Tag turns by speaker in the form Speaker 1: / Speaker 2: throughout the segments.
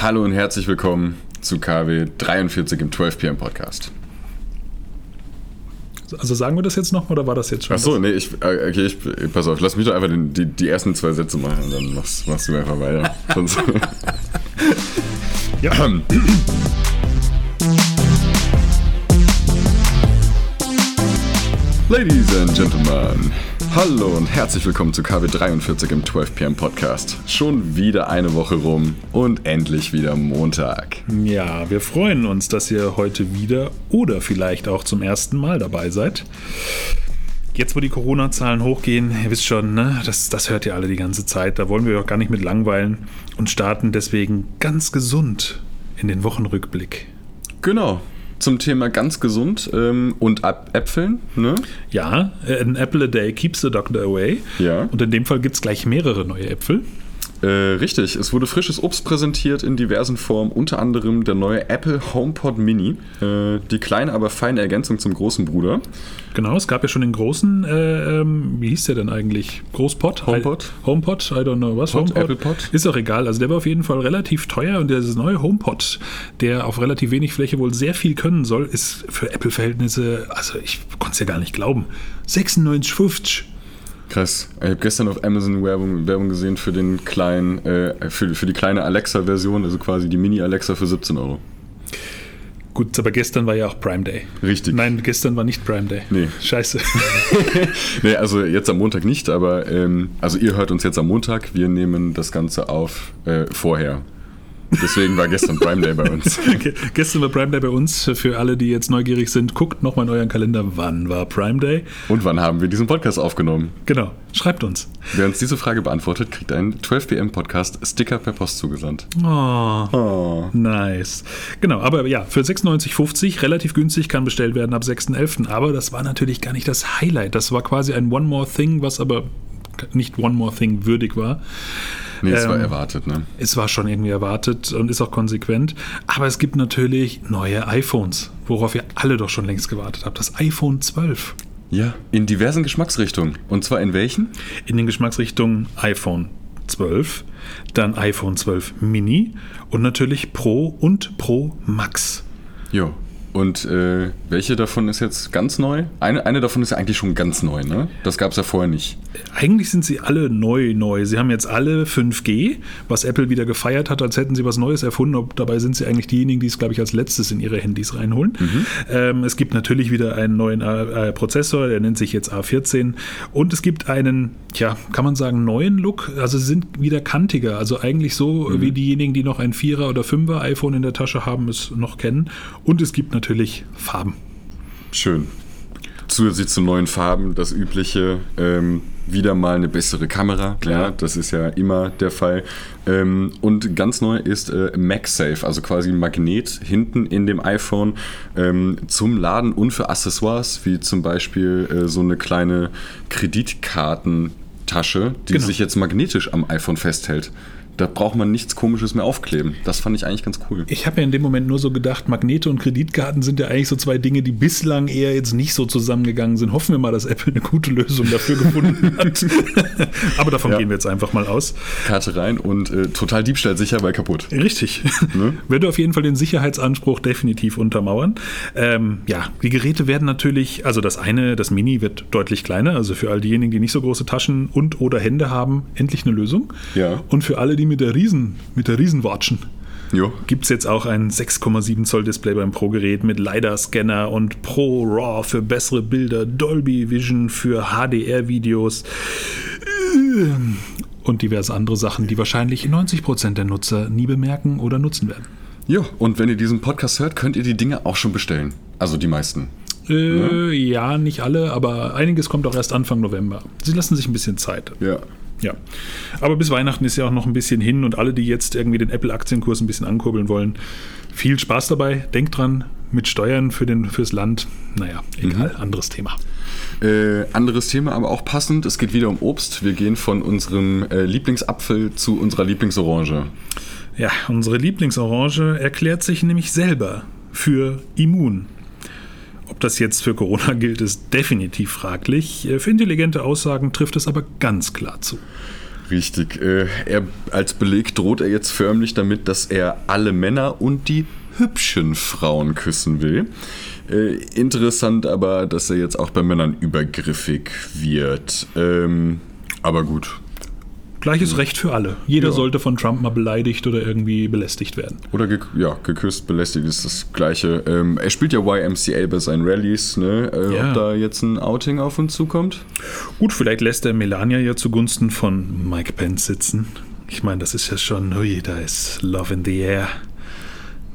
Speaker 1: Hallo und herzlich willkommen zu KW 43 im 12 PM Podcast.
Speaker 2: Also sagen wir das jetzt noch oder war das jetzt schon?
Speaker 1: Achso, nee, ich, äh, okay, ich, pass auf, lass mich doch einfach den, die, die ersten zwei Sätze machen und dann machst, machst du einfach weiter. Sonst ja. Ladies and Gentlemen, hallo und herzlich willkommen zu KW 43 im 12 PM Podcast. Schon wieder eine Woche rum und endlich wieder Montag.
Speaker 2: Ja, wir freuen uns, dass ihr heute wieder oder vielleicht auch zum ersten Mal dabei seid. Jetzt, wo die Corona-Zahlen hochgehen, ihr wisst schon, ne, das, das hört ihr alle die ganze Zeit. Da wollen wir auch gar nicht mit langweilen und starten deswegen ganz gesund in den Wochenrückblick.
Speaker 1: Genau, zum Thema ganz gesund ähm, und ab Äpfeln. Ne?
Speaker 2: Ja, äh, an apple a day keeps the doctor away.
Speaker 1: Ja.
Speaker 2: Und in dem Fall gibt es gleich mehrere neue Äpfel.
Speaker 1: Äh, richtig, es wurde frisches Obst präsentiert in diversen Formen, unter anderem der neue Apple HomePod Mini. Äh, die kleine, aber feine Ergänzung zum großen Bruder.
Speaker 2: Genau, es gab ja schon den großen, äh, ähm, wie hieß der denn eigentlich? Großpod?
Speaker 1: HomePod?
Speaker 2: I, HomePod, I don't know was.
Speaker 1: Pod,
Speaker 2: HomePod?
Speaker 1: ApplePod?
Speaker 2: Ist auch egal. Also der war auf jeden Fall relativ teuer und dieses neue HomePod, der auf relativ wenig Fläche wohl sehr viel können soll, ist für Apple-Verhältnisse, also ich konnte es ja gar nicht glauben, 96,50.
Speaker 1: Krass. Ich habe gestern auf Amazon Werbung, Werbung gesehen für den kleinen, äh, für, für die kleine Alexa-Version, also quasi die Mini-Alexa für 17 Euro.
Speaker 2: Gut, aber gestern war ja auch Prime Day.
Speaker 1: Richtig.
Speaker 2: Nein, gestern war nicht Prime Day.
Speaker 1: Nee.
Speaker 2: Scheiße.
Speaker 1: Nee, also jetzt am Montag nicht, aber ähm, also ihr hört uns jetzt am Montag, wir nehmen das Ganze auf äh, vorher. Deswegen war gestern Prime Day bei uns.
Speaker 2: Ge- gestern war Prime Day bei uns. Für alle, die jetzt neugierig sind, guckt nochmal in euren Kalender, wann war Prime Day.
Speaker 1: Und wann haben wir diesen Podcast aufgenommen?
Speaker 2: Genau, schreibt uns.
Speaker 1: Wer uns diese Frage beantwortet, kriegt einen 12 PM Podcast Sticker per Post zugesandt.
Speaker 2: Oh,
Speaker 1: Oh.
Speaker 2: nice. Genau, aber ja, für 96,50 relativ günstig kann bestellt werden ab 6.11. Aber das war natürlich gar nicht das Highlight. Das war quasi ein One More Thing, was aber nicht One More Thing würdig war.
Speaker 1: Nee, das war
Speaker 2: Ähm.
Speaker 1: erwartet, ne?
Speaker 2: Es war schon irgendwie erwartet und ist auch konsequent. Aber es gibt natürlich neue iPhones, worauf ihr alle doch schon längst gewartet habt. Das iPhone 12.
Speaker 1: Ja. In diversen Geschmacksrichtungen. Und zwar in welchen?
Speaker 2: in den Geschmacksrichtungen iPhone 12, dann iPhone 12 Mini und natürlich Pro und Pro Max.
Speaker 1: Jo. Und äh, welche davon ist jetzt ganz neu? Eine, eine davon ist ja eigentlich schon ganz neu, ne? Das gab es ja vorher nicht.
Speaker 2: Eigentlich sind sie alle neu, neu. Sie haben jetzt alle 5G, was Apple wieder gefeiert hat, als hätten sie was Neues erfunden. Ob, dabei sind sie eigentlich diejenigen, die es, glaube ich, als letztes in ihre Handys reinholen. Ähm, es gibt natürlich wieder einen neuen äh, äh, Prozessor, der nennt sich jetzt A14. Und es gibt einen, ja, kann man sagen, neuen Look. Also sie sind wieder kantiger. Also eigentlich so, wie diejenigen, die noch ein 4er oder 5er iPhone in der Tasche haben, es noch kennen. Und es gibt natürlich Farben.
Speaker 1: Schön. Zusätzlich zu neuen Farben, das übliche, ähm, wieder mal eine bessere Kamera. Klar, ja, das ist ja immer der Fall. Ähm, und ganz neu ist äh, MagSafe, also quasi ein Magnet hinten in dem iPhone ähm, zum Laden und für Accessoires, wie zum Beispiel äh, so eine kleine Kreditkartentasche, die
Speaker 2: Genau.
Speaker 1: sich jetzt magnetisch am iPhone festhält. Da braucht man nichts Komisches mehr aufkleben. Das fand ich eigentlich ganz cool.
Speaker 2: Ich habe ja in dem Moment nur so gedacht, Magnete und Kreditkarten sind ja eigentlich so zwei Dinge, die bislang eher jetzt nicht so zusammengegangen sind. Hoffen wir mal, dass Apple eine gute Lösung dafür gefunden hat. Aber davon
Speaker 1: Ja.
Speaker 2: gehen wir jetzt einfach mal aus.
Speaker 1: Karte rein und äh, total diebstahlsicher, weil kaputt.
Speaker 2: Richtig.
Speaker 1: Ne?
Speaker 2: Würde auf jeden Fall den Sicherheitsanspruch definitiv untermauern. Ähm, ja, die Geräte werden natürlich, also das eine, das Mini wird deutlich kleiner, also für all diejenigen, die nicht so große Taschen und oder Hände haben, endlich eine Lösung.
Speaker 1: Ja.
Speaker 2: Und für alle, die mit der Riesen, mit der Riesenwatschen
Speaker 1: Jo.
Speaker 2: gibt es jetzt auch ein 6,7 Zoll Display beim Pro-Gerät mit LiDAR-Scanner und Pro RAW für bessere Bilder, Dolby Vision für HDR-Videos ähm, und diverse andere Sachen, die wahrscheinlich 90% der Nutzer nie bemerken oder nutzen werden.
Speaker 1: Jo, und wenn ihr diesen Podcast hört, könnt ihr die Dinge auch schon bestellen. Also die meisten.
Speaker 2: Äh, ja, nicht alle, aber einiges kommt auch erst Anfang November. Sie lassen sich ein bisschen Zeit.
Speaker 1: Ja.
Speaker 2: Ja. Aber bis Weihnachten ist ja auch noch ein bisschen hin und alle, die jetzt irgendwie den Apple-Aktienkurs ein bisschen ankurbeln wollen, viel Spaß dabei. Denkt dran, mit Steuern für den, fürs Land, naja, egal, anderes Thema.
Speaker 1: Äh, anderes Thema, aber auch passend. Es geht wieder um Obst. Wir gehen von unserem äh, Lieblingsapfel zu unserer Lieblingsorange.
Speaker 2: Ja, unsere Lieblingsorange erklärt sich nämlich selber für immun. Ob das jetzt für Corona Äh, gilt, ist definitiv fraglich. Für intelligente Aussagen trifft es aber ganz klar zu.
Speaker 1: Richtig. Äh, er, als Beleg droht er jetzt förmlich damit, dass er alle Männer und die hübschen Frauen küssen will. Äh, interessant aber, dass er jetzt auch bei Männern übergriffig wird. Ähm, aber gut.
Speaker 2: Gleiches Recht für alle. Mhm. Jeder sollte von Trump mal beleidigt oder irgendwie belästigt werden.
Speaker 1: Oder ge ja, geküsst, belästigt ist das Gleiche. Ähm, er spielt ja YMCA bei seinen Rallyes, ne? Äh,
Speaker 2: Ja.
Speaker 1: Ob da jetzt ein Outing auf uns zukommt?
Speaker 2: Gut, vielleicht lässt er Melania ja zugunsten von Mike Pence sitzen. Ich meine, das ist ja schon, ui, da ist Love in the Air.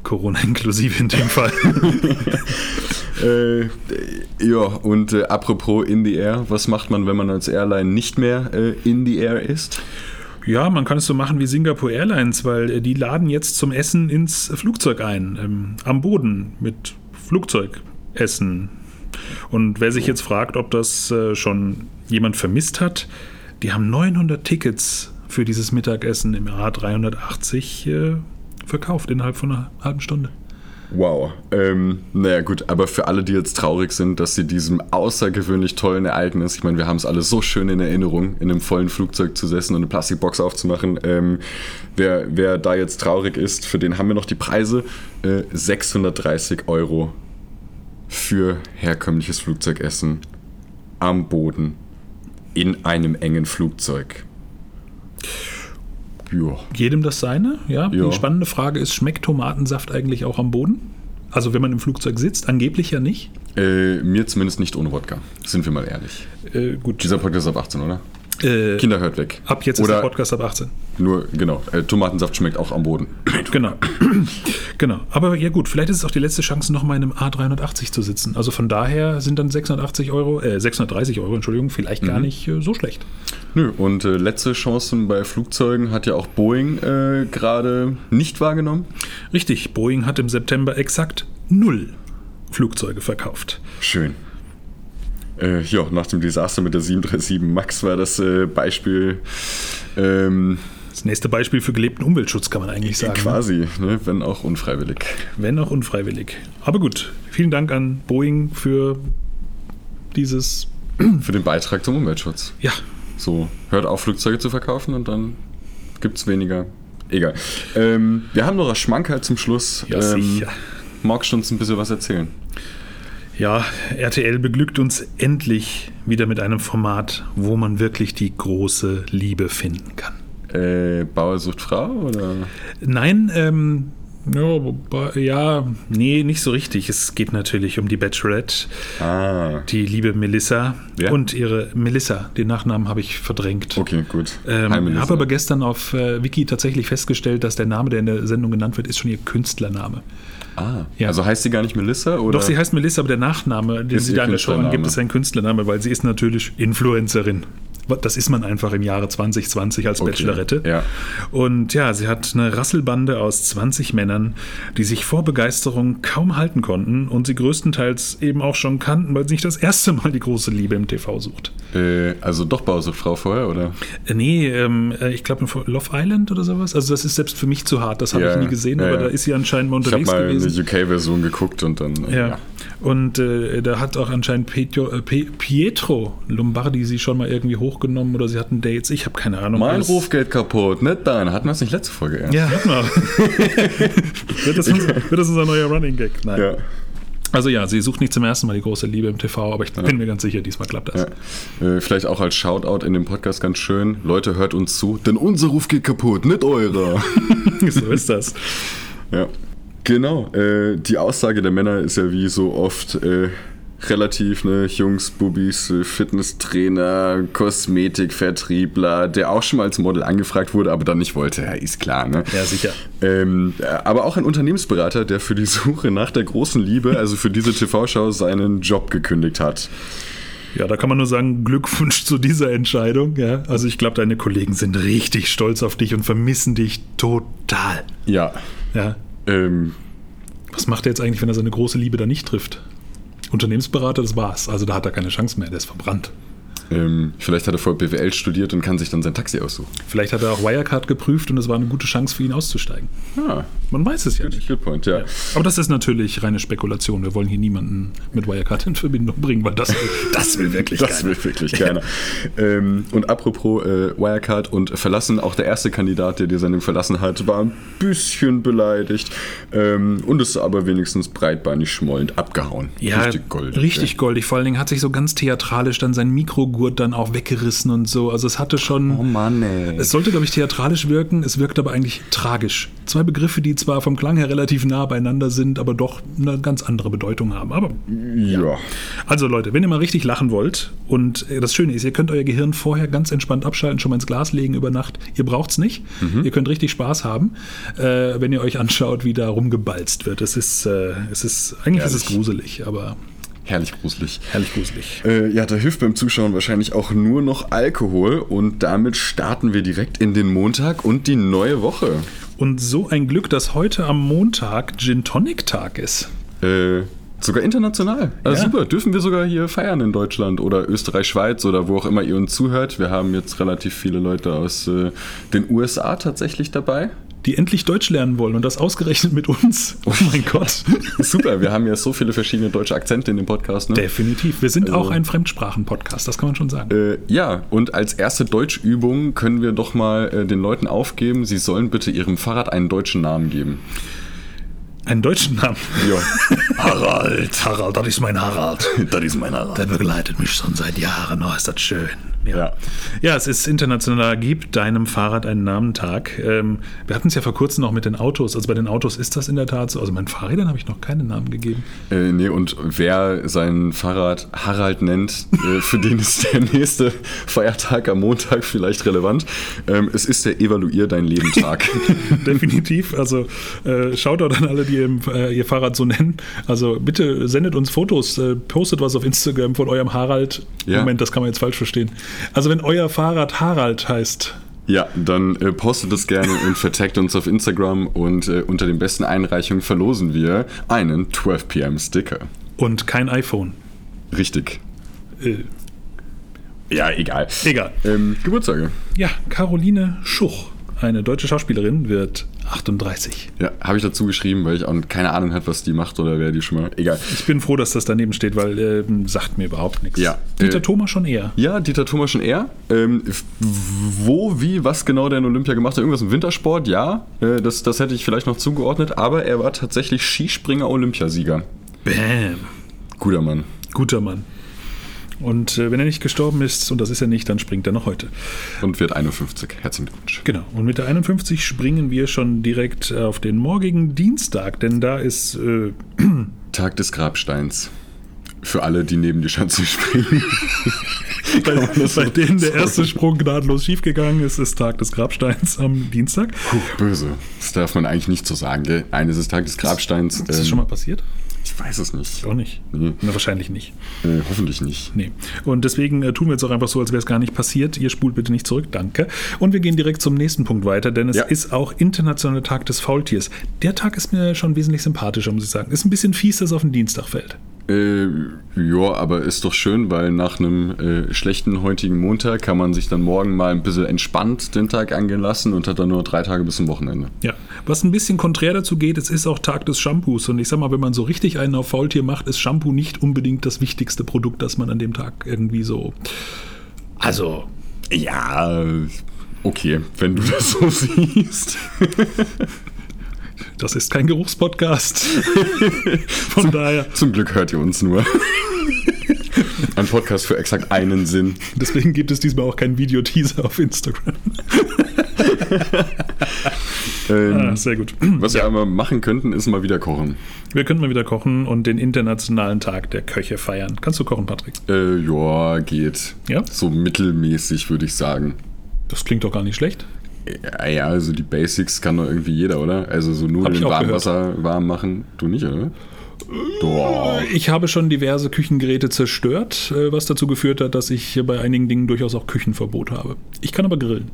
Speaker 2: Corona inklusive in dem Fall.
Speaker 1: Äh, ja, und äh, apropos in the air, was macht man, wenn man als Airline nicht mehr äh, in the air ist?
Speaker 2: ja, man kann es so machen wie Singapore Airlines, weil äh, die laden jetzt zum Essen ins Flugzeug ein. Ähm, am Boden mit Flugzeugessen. Und wer sich jetzt fragt, ob das äh, schon jemand vermisst hat, die haben 900 Tickets für dieses Mittagessen im A380 äh, verkauft innerhalb von einer halben Stunde.
Speaker 1: Wow. Ähm, naja, gut, aber für alle, die jetzt traurig sind, dass sie diesem außergewöhnlich tollen Ereignis, ich meine, wir haben es alle so schön in Erinnerung, in einem vollen Flugzeug zu sitzen und eine Plastikbox aufzumachen. Ähm, wer, wer da jetzt traurig ist, für den haben wir noch die Preise. Äh, 630 Euro für herkömmliches Flugzeugessen am Boden in einem engen Flugzeug. Joa.
Speaker 2: Jedem das seine, ja.
Speaker 1: Ja.
Speaker 2: Die spannende Frage ist, schmeckt Tomatensaft eigentlich auch am Boden? Also wenn man im Flugzeug sitzt, angeblich ja nicht.
Speaker 1: Äh, mir zumindest nicht ohne Wodka, sind wir mal ehrlich.
Speaker 2: Äh, gut.
Speaker 1: Dieser Podcast ist ab 18, oder?
Speaker 2: äh,
Speaker 1: Kinder hört weg.
Speaker 2: ab jetzt ist
Speaker 1: oder
Speaker 2: der Podcast ab 18.
Speaker 1: Nur, genau. Äh, Tomatensaft schmeckt auch am Boden.
Speaker 2: Genau. genau. Aber ja gut, vielleicht ist es auch die letzte Chance, nochmal in einem A380 zu sitzen. Also von daher sind dann 680 Euro, äh, 630 Euro, Entschuldigung, vielleicht gar nicht äh, so schlecht.
Speaker 1: Nö, und äh, letzte Chancen bei Flugzeugen hat ja auch Boeing äh, gerade nicht wahrgenommen.
Speaker 2: Richtig, Boeing hat im September exakt null Flugzeuge verkauft.
Speaker 1: Schön. Äh, ja, nach dem Desaster mit der 737 Max war das äh, Beispiel ähm,
Speaker 2: Das nächste Beispiel für gelebten Umweltschutz kann man eigentlich sagen. ne?
Speaker 1: quasi, ne, wenn auch unfreiwillig.
Speaker 2: Wenn auch unfreiwillig. Aber gut, vielen Dank an Boeing für dieses.
Speaker 1: Für den Beitrag zum Umweltschutz.
Speaker 2: Ja,
Speaker 1: So, hört auf, Flugzeuge zu verkaufen und dann gibt's weniger. Egal. Ähm, wir haben noch einen Schmankerl zum Schluss. Ähm,
Speaker 2: Ja, sicher.
Speaker 1: Magst du uns ein bisschen was erzählen?
Speaker 2: ja, RTL beglückt uns endlich wieder mit einem Format, wo man wirklich die große Liebe finden kann.
Speaker 1: Äh, Bauer sucht Frau oder?
Speaker 2: Nein, ähm, ja, wobei- ja, nee, nicht so richtig. Es geht natürlich um die Bachelorette,
Speaker 1: Ah,
Speaker 2: die liebe Melissa
Speaker 1: Wer?
Speaker 2: und ihre Melissa. Den Nachnamen habe ich verdrängt.
Speaker 1: okay, gut.
Speaker 2: Ähm,
Speaker 1: Heimelissen.
Speaker 2: habe aber gestern auf äh, Wiki tatsächlich festgestellt, dass der Name, der in der Sendung genannt wird, ist schon ihr Künstlername.
Speaker 1: ah,
Speaker 2: ja.
Speaker 1: also heißt sie gar nicht Melissa oder?
Speaker 2: Doch, sie heißt Melissa, aber der Nachname, den
Speaker 1: Äh, Ist
Speaker 2: sie
Speaker 1: ihr
Speaker 2: da in der Show
Speaker 1: Künstlername.
Speaker 2: angibt, ist ein Künstlername, weil sie ist natürlich Influencerin. Das ist man einfach im Jahre 2020 als
Speaker 1: Okay,
Speaker 2: Bachelorette.
Speaker 1: ja.
Speaker 2: Und ja, sie hat eine Rasselbande aus 20 Männern, die sich vor Begeisterung kaum halten konnten und sie größtenteils eben auch schon kannten, weil sie nicht das erste Mal die große Liebe im TV sucht.
Speaker 1: äh, also doch Bauer sucht Frau vorher oder?
Speaker 2: Äh, Nee, ähm, äh, ich glaube Love Island oder sowas. Also das ist selbst für mich zu hart. Das habe
Speaker 1: Ja,
Speaker 2: ich nie gesehen,
Speaker 1: ja,
Speaker 2: aber
Speaker 1: ja.
Speaker 2: da ist sie anscheinend mal
Speaker 1: Ich habe
Speaker 2: unterwegs
Speaker 1: mal
Speaker 2: gewesen.
Speaker 1: eine UK-Version geguckt und dann. äh,
Speaker 2: Ja. Und äh, da hat auch anscheinend Petio, äh, Pe- Pietro Lombardi sie schon mal irgendwie hochgenommen oder sie hatten Dates. Ich habe keine Ahnung.
Speaker 1: Mein
Speaker 2: Alles-
Speaker 1: Ruf geht kaputt, nicht dein. Hatten wir es nicht letzte Folge erst?
Speaker 2: Ja, hat mal. wird, das unser, wird das unser neuer Running Gag? Nein.
Speaker 1: ja.
Speaker 2: Also ja, sie sucht nicht zum ersten Mal die große Liebe im TV, aber ich bin mir ganz sicher, diesmal klappt das.
Speaker 1: Äh, Vielleicht auch als Shoutout in dem Podcast ganz schön. Leute, hört uns zu, denn unser Ruf geht kaputt, nicht eurer.
Speaker 2: so ist das.
Speaker 1: ja. Genau. Äh, die Aussage der Männer ist ja wie so oft äh, relativ, ne? Jungs, Bubis, äh, Fitnesstrainer, Kosmetikvertriebler, der auch schon mal als Model angefragt wurde, aber dann nicht wollte. Ja, ist klar, ne?
Speaker 2: Ja, sicher.
Speaker 1: Ähm, äh, aber auch ein Unternehmensberater, der für die Suche nach der großen Liebe, also für diese TV-Show, seinen Job gekündigt hat.
Speaker 2: Ja, da kann man nur sagen, Glückwunsch zu dieser Entscheidung. Ja, also ich glaube, deine Kollegen sind richtig stolz auf dich und vermissen dich total.
Speaker 1: Ja.
Speaker 2: Ja,
Speaker 1: Ähm,
Speaker 2: Was macht er jetzt eigentlich, wenn er seine große Liebe da nicht trifft? Unternehmensberater, das war's. Also da hat er keine Chance mehr, der ist verbrannt.
Speaker 1: Ähm, vielleicht hat er vorher BWL studiert und kann sich dann sein Taxi aussuchen.
Speaker 2: Vielleicht hat er auch Wirecard geprüft und es war eine gute Chance für ihn auszusteigen.
Speaker 1: Ah,
Speaker 2: Man weiß es ja
Speaker 1: Good,
Speaker 2: nicht.
Speaker 1: good point, ja.
Speaker 2: Aber das ist natürlich reine Spekulation. Wir wollen hier niemanden mit Wirecard in Verbindung bringen, weil das, das will wirklich
Speaker 1: Das
Speaker 2: keiner.
Speaker 1: will wirklich keiner. ähm, und apropos äh, Wirecard und Verlassen, auch der erste Kandidat, der die Sendung verlassen hat, war ein bisschen beleidigt ähm, und ist aber wenigstens breitbeinig schmollend abgehauen.
Speaker 2: Ja,
Speaker 1: richtig goldig.
Speaker 2: Richtig goldig. Vor allen Dingen hat sich so ganz theatralisch dann sein Mikrogurt dann auch weggerissen und so. Also es hatte schon.
Speaker 1: Oh Mann, ey.
Speaker 2: Es sollte, glaube ich, theatralisch wirken, es wirkt aber eigentlich tragisch. Zwei Begriffe, die zwar vom Klang her relativ nah beieinander sind, aber doch eine ganz andere Bedeutung haben. Aber
Speaker 1: ja.
Speaker 2: also Leute, wenn ihr mal richtig lachen wollt und äh, das Schöne ist, ihr könnt euer Gehirn vorher ganz entspannt abschalten, schon mal ins Glas legen über Nacht. Ihr braucht's nicht. Ihr könnt richtig Spaß haben, äh, wenn ihr euch anschaut, wie da rumgebalzt wird. Es ist, äh, es ist eigentlich ist es
Speaker 1: Herrlich.
Speaker 2: gruselig, aber
Speaker 1: herrlich gruselig.
Speaker 2: herrlich gruselig.
Speaker 1: Äh, ja, da hilft beim Zuschauen wahrscheinlich auch nur noch Alkohol und damit starten wir direkt in den Montag und die neue Woche.
Speaker 2: Und so ein Glück, dass heute am Montag Gin Tonic Tag ist.
Speaker 1: Äh, sogar international. Also
Speaker 2: Ja.
Speaker 1: super, dürfen wir sogar hier feiern in Deutschland oder Österreich, Schweiz oder wo auch immer ihr uns zuhört. Wir haben jetzt relativ viele Leute aus äh, den USA tatsächlich dabei.
Speaker 2: die endlich Deutsch lernen wollen und das ausgerechnet mit uns. Oh mein Gott.
Speaker 1: Super, wir haben ja so viele verschiedene deutsche Akzente in dem Podcast. Ne?
Speaker 2: Definitiv. Wir sind auch ein Fremdsprachen-Podcast, das kann man schon sagen.
Speaker 1: Äh, ja, und als erste Deutschübung können wir doch mal äh, den Leuten aufgeben, sie sollen bitte ihrem Fahrrad einen deutschen Namen geben.
Speaker 2: Einen deutschen Namen.
Speaker 1: Ja.
Speaker 2: Harald. Harald, das ist mein Harald.
Speaker 1: das ist mein Fahrrad.
Speaker 2: Der begleitet mich schon seit Jahren. Oh, ist das schön.
Speaker 1: Ja.
Speaker 2: Ja, es ist international. Gib deinem Fahrrad einen Namentag. Ähm, wir hatten es ja vor kurzem noch mit den Autos. Also bei den Autos ist das in der Tat so. Also meinen Fahrrädern habe ich noch keinen Namen gegeben.
Speaker 1: Äh, nee, und wer sein Fahrrad Harald nennt, äh, für den ist der nächste Feiertag am Montag vielleicht relevant. Ähm, es ist der Evaluier dein Leben Tag.
Speaker 2: Definitiv. Also äh, Shoutout an alle, die ihr, äh, ihr Fahrrad so nennen. Also bitte sendet uns Fotos, äh, postet was auf Instagram von eurem Harald.
Speaker 1: Ja.
Speaker 2: Moment, das kann man jetzt falsch verstehen. Also wenn euer Fahrrad Harald heißt,
Speaker 1: ja, dann äh, postet es gerne und vertagt uns auf Instagram und äh, unter den besten Einreichungen verlosen wir einen 12 PM Sticker.
Speaker 2: und kein iPhone.
Speaker 1: Richtig.
Speaker 2: Äh,
Speaker 1: Ja, egal.
Speaker 2: egal.
Speaker 1: Ähm, Geburtstage.
Speaker 2: Ja, Caroline Schuch, eine deutsche Schauspielerin, wird 38.
Speaker 1: Ja, habe ich dazu geschrieben, weil ich auch keine Ahnung habe, was die macht oder wer die schon mal. Egal.
Speaker 2: Ich bin froh, dass das daneben steht, weil ähm, sagt mir überhaupt nichts.
Speaker 1: Ja.
Speaker 2: Dieter
Speaker 1: Äh,
Speaker 2: Thoma schon eher.
Speaker 1: Ja, Dieter Thomas schon eher. Ähm, f- wo, wie, was genau der in Olympia gemacht hat, irgendwas im Wintersport, ja, äh, das, das hätte ich vielleicht noch zugeordnet, aber er war tatsächlich Skispringer-Olympiasieger.
Speaker 2: Bam.
Speaker 1: Guter Mann.
Speaker 2: Guter Mann. Und äh, wenn er nicht gestorben ist, und das ist er nicht, dann springt er noch heute.
Speaker 1: Und wird 51. Herzlichen Glückwunsch.
Speaker 2: Genau. Und mit der 51 springen wir schon direkt äh, auf den morgigen Dienstag, denn da ist äh,
Speaker 1: Tag des Grabsteins. Für alle, die neben die Schanze springen.
Speaker 2: bei,
Speaker 1: Genau,
Speaker 2: bei denen der erste Sprung gnadenlos schiefgegangen ist, ist Tag des Grabsteins am Dienstag.
Speaker 1: Böse. Das darf man eigentlich nicht so sagen, gell? Nein, es ist Tag des Grabsteins.
Speaker 2: Ist das
Speaker 1: ähm,
Speaker 2: schon mal passiert?
Speaker 1: ich weiß es nicht.
Speaker 2: Auch nicht.
Speaker 1: Nee.
Speaker 2: Na, wahrscheinlich nicht.
Speaker 1: Äh, hoffentlich nicht.
Speaker 2: Nee. Und deswegen äh, tun wir jetzt auch einfach so, als wäre es gar nicht passiert. Ihr spult bitte nicht zurück, danke. Und wir gehen direkt zum nächsten Punkt weiter, denn es
Speaker 1: Ja.
Speaker 2: ist auch Internationaler Tag des Faultiers. Der Tag ist mir schon wesentlich sympathischer, muss ich sagen. Ist ein bisschen fies, dass es auf den Dienstag fällt.
Speaker 1: Äh, ja, aber ist doch schön, weil nach einem äh, schlechten heutigen Montag kann man sich dann morgen mal ein bisschen entspannt den Tag angehen lassen und hat dann nur drei Tage bis zum Wochenende.
Speaker 2: Ja, was ein bisschen konträr dazu geht, es ist auch Tag des Shampoos. Und ich sag mal, wenn man so richtig einen auf Faultier macht, ist Shampoo nicht unbedingt das wichtigste Produkt, das man an dem Tag irgendwie so. Also,
Speaker 1: Ja, okay, wenn du das so siehst.
Speaker 2: das ist kein Geruchspodcast. Von daher,
Speaker 1: Zum Glück hört ihr uns nur. Ein Podcast für exakt einen Sinn.
Speaker 2: deswegen gibt es diesmal auch keinen Videoteaser auf Instagram.
Speaker 1: Ähm,
Speaker 2: Ah, sehr gut.
Speaker 1: was wir einmal machen könnten, ist mal wieder kochen.
Speaker 2: Wir können mal wieder kochen und den internationalen Tag der Köche feiern. Kannst du kochen, Patrick?
Speaker 1: Äh, ja, geht.
Speaker 2: Ja?
Speaker 1: So mittelmäßig, würde ich sagen.
Speaker 2: Das klingt doch gar nicht schlecht.
Speaker 1: Ja, ja, also die Basics kann doch irgendwie jeder, oder? Also so
Speaker 2: Hab ich
Speaker 1: Nudeln
Speaker 2: auch
Speaker 1: warm
Speaker 2: gehört.
Speaker 1: Wasser warm machen. Du nicht, oder? Doch.
Speaker 2: Ich habe schon diverse Küchengeräte zerstört, äh, was dazu geführt hat, dass ich bei einigen Dingen durchaus auch Küchenverbot habe. Ich kann aber grillen.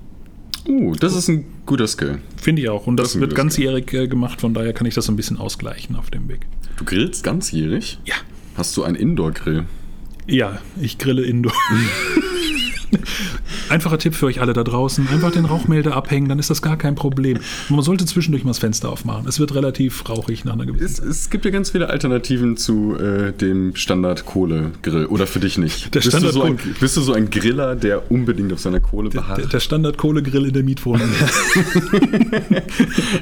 Speaker 1: Uh, das ist ein guter Skill.
Speaker 2: Finde ich auch. Und das,
Speaker 1: ist ein
Speaker 2: wird
Speaker 1: gutes
Speaker 2: ganzjährig äh, gemacht, von daher kann ich das so ein bisschen ausgleichen auf dem Weg.
Speaker 1: Du grillst ganzjährig?
Speaker 2: Ja.
Speaker 1: Hast du einen Indoor-Grill?
Speaker 2: Ja, ich grille Indoor. Einfacher Tipp für euch alle da draußen: einfach den Rauchmelder abhängen, dann ist das gar kein Problem. Man sollte zwischendurch mal das Fenster aufmachen. Es wird relativ rauchig nach einer gewissen
Speaker 1: Es, es gibt ja ganz viele Alternativen zu äh, dem Standard-Kohle-Grill. Oder für dich nicht.
Speaker 2: Der
Speaker 1: bist, du so ein,
Speaker 2: Standard-Kohle-
Speaker 1: bist du so ein Griller, der unbedingt auf seiner Kohle beharrt?
Speaker 2: Der, der Standard-Kohlegrill in der Mietwohnung.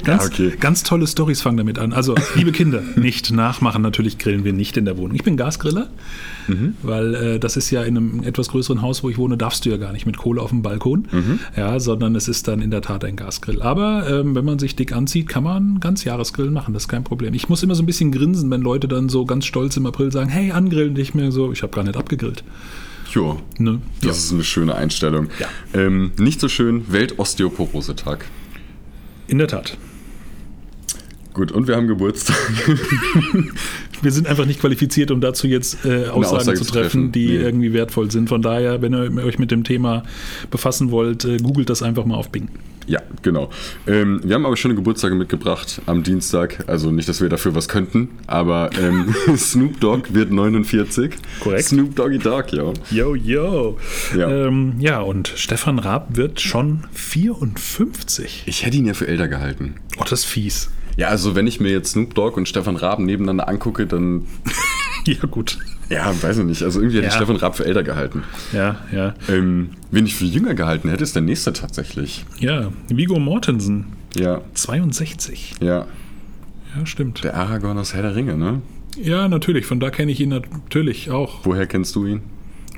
Speaker 2: ganz,
Speaker 1: Ja, okay.
Speaker 2: ganz tolle Stories fangen damit an. Also, liebe Kinder, nicht nachmachen. Natürlich grillen wir nicht in der Wohnung. Ich bin Gasgriller,
Speaker 1: Mhm.
Speaker 2: weil äh, das ist ja in einem etwas größeren Haus, wo ich wohne, darfst du ja gar nicht mit Kohle auf dem Balkon,
Speaker 1: Mhm.
Speaker 2: ja, sondern es ist dann in der Tat ein Gasgrill. Aber ähm, wenn man sich dick anzieht, kann man ganz Jahresgrillen machen. Das ist kein Problem. Ich muss immer so ein bisschen grinsen, wenn Leute dann so ganz stolz im April sagen: Hey, angrillen dich mir so. Ich habe gar nicht abgegrillt.
Speaker 1: Jo,
Speaker 2: Ne?
Speaker 1: das ist eine schöne Einstellung.
Speaker 2: Ja.
Speaker 1: Ähm, nicht so schön, Weltosteoporose-Tag.
Speaker 2: In der Tat.
Speaker 1: Gut, und wir haben Geburtstag.
Speaker 2: Wir sind einfach nicht qualifiziert, um dazu jetzt äh, Aussagen
Speaker 1: Aussage
Speaker 2: zu
Speaker 1: zu
Speaker 2: treffen,
Speaker 1: treffen.
Speaker 2: die
Speaker 1: Nee.
Speaker 2: irgendwie wertvoll sind. Von daher, wenn ihr euch mit dem Thema befassen wollt, äh, googelt das einfach mal auf Bing.
Speaker 1: Ja, genau. Ähm, wir haben aber schöne Geburtstage mitgebracht am Dienstag. Also nicht, dass wir dafür was könnten, aber ähm, Snoop Dogg wird 49.
Speaker 2: Korrekt.
Speaker 1: Snoop Doggy Dogg, ja.
Speaker 2: Yo, yo. Ja,
Speaker 1: Ja.
Speaker 2: ähm, ja und Stefan Raab wird schon 54.
Speaker 1: Ich hätte ihn ja für älter gehalten.
Speaker 2: Oh, das ist fies.
Speaker 1: Ja, also wenn ich mir jetzt Snoop Dogg und Stefan Raab nebeneinander angucke, dann,
Speaker 2: Ja, gut.
Speaker 1: ja, weiß ich nicht. Also irgendwie hätte ich
Speaker 2: Ja.
Speaker 1: Stefan Raab für älter gehalten.
Speaker 2: Ja, ja.
Speaker 1: Ähm, wen ich für jünger gehalten hätte, ist der nächste tatsächlich.
Speaker 2: Ja, Vigo Mortensen,
Speaker 1: Ja,
Speaker 2: 62.
Speaker 1: ja.
Speaker 2: Ja, stimmt.
Speaker 1: Der Aragorn aus Herr der Ringe, ne?
Speaker 2: Ja, natürlich. Von da kenne ich ihn natürlich auch.
Speaker 1: Woher kennst du ihn?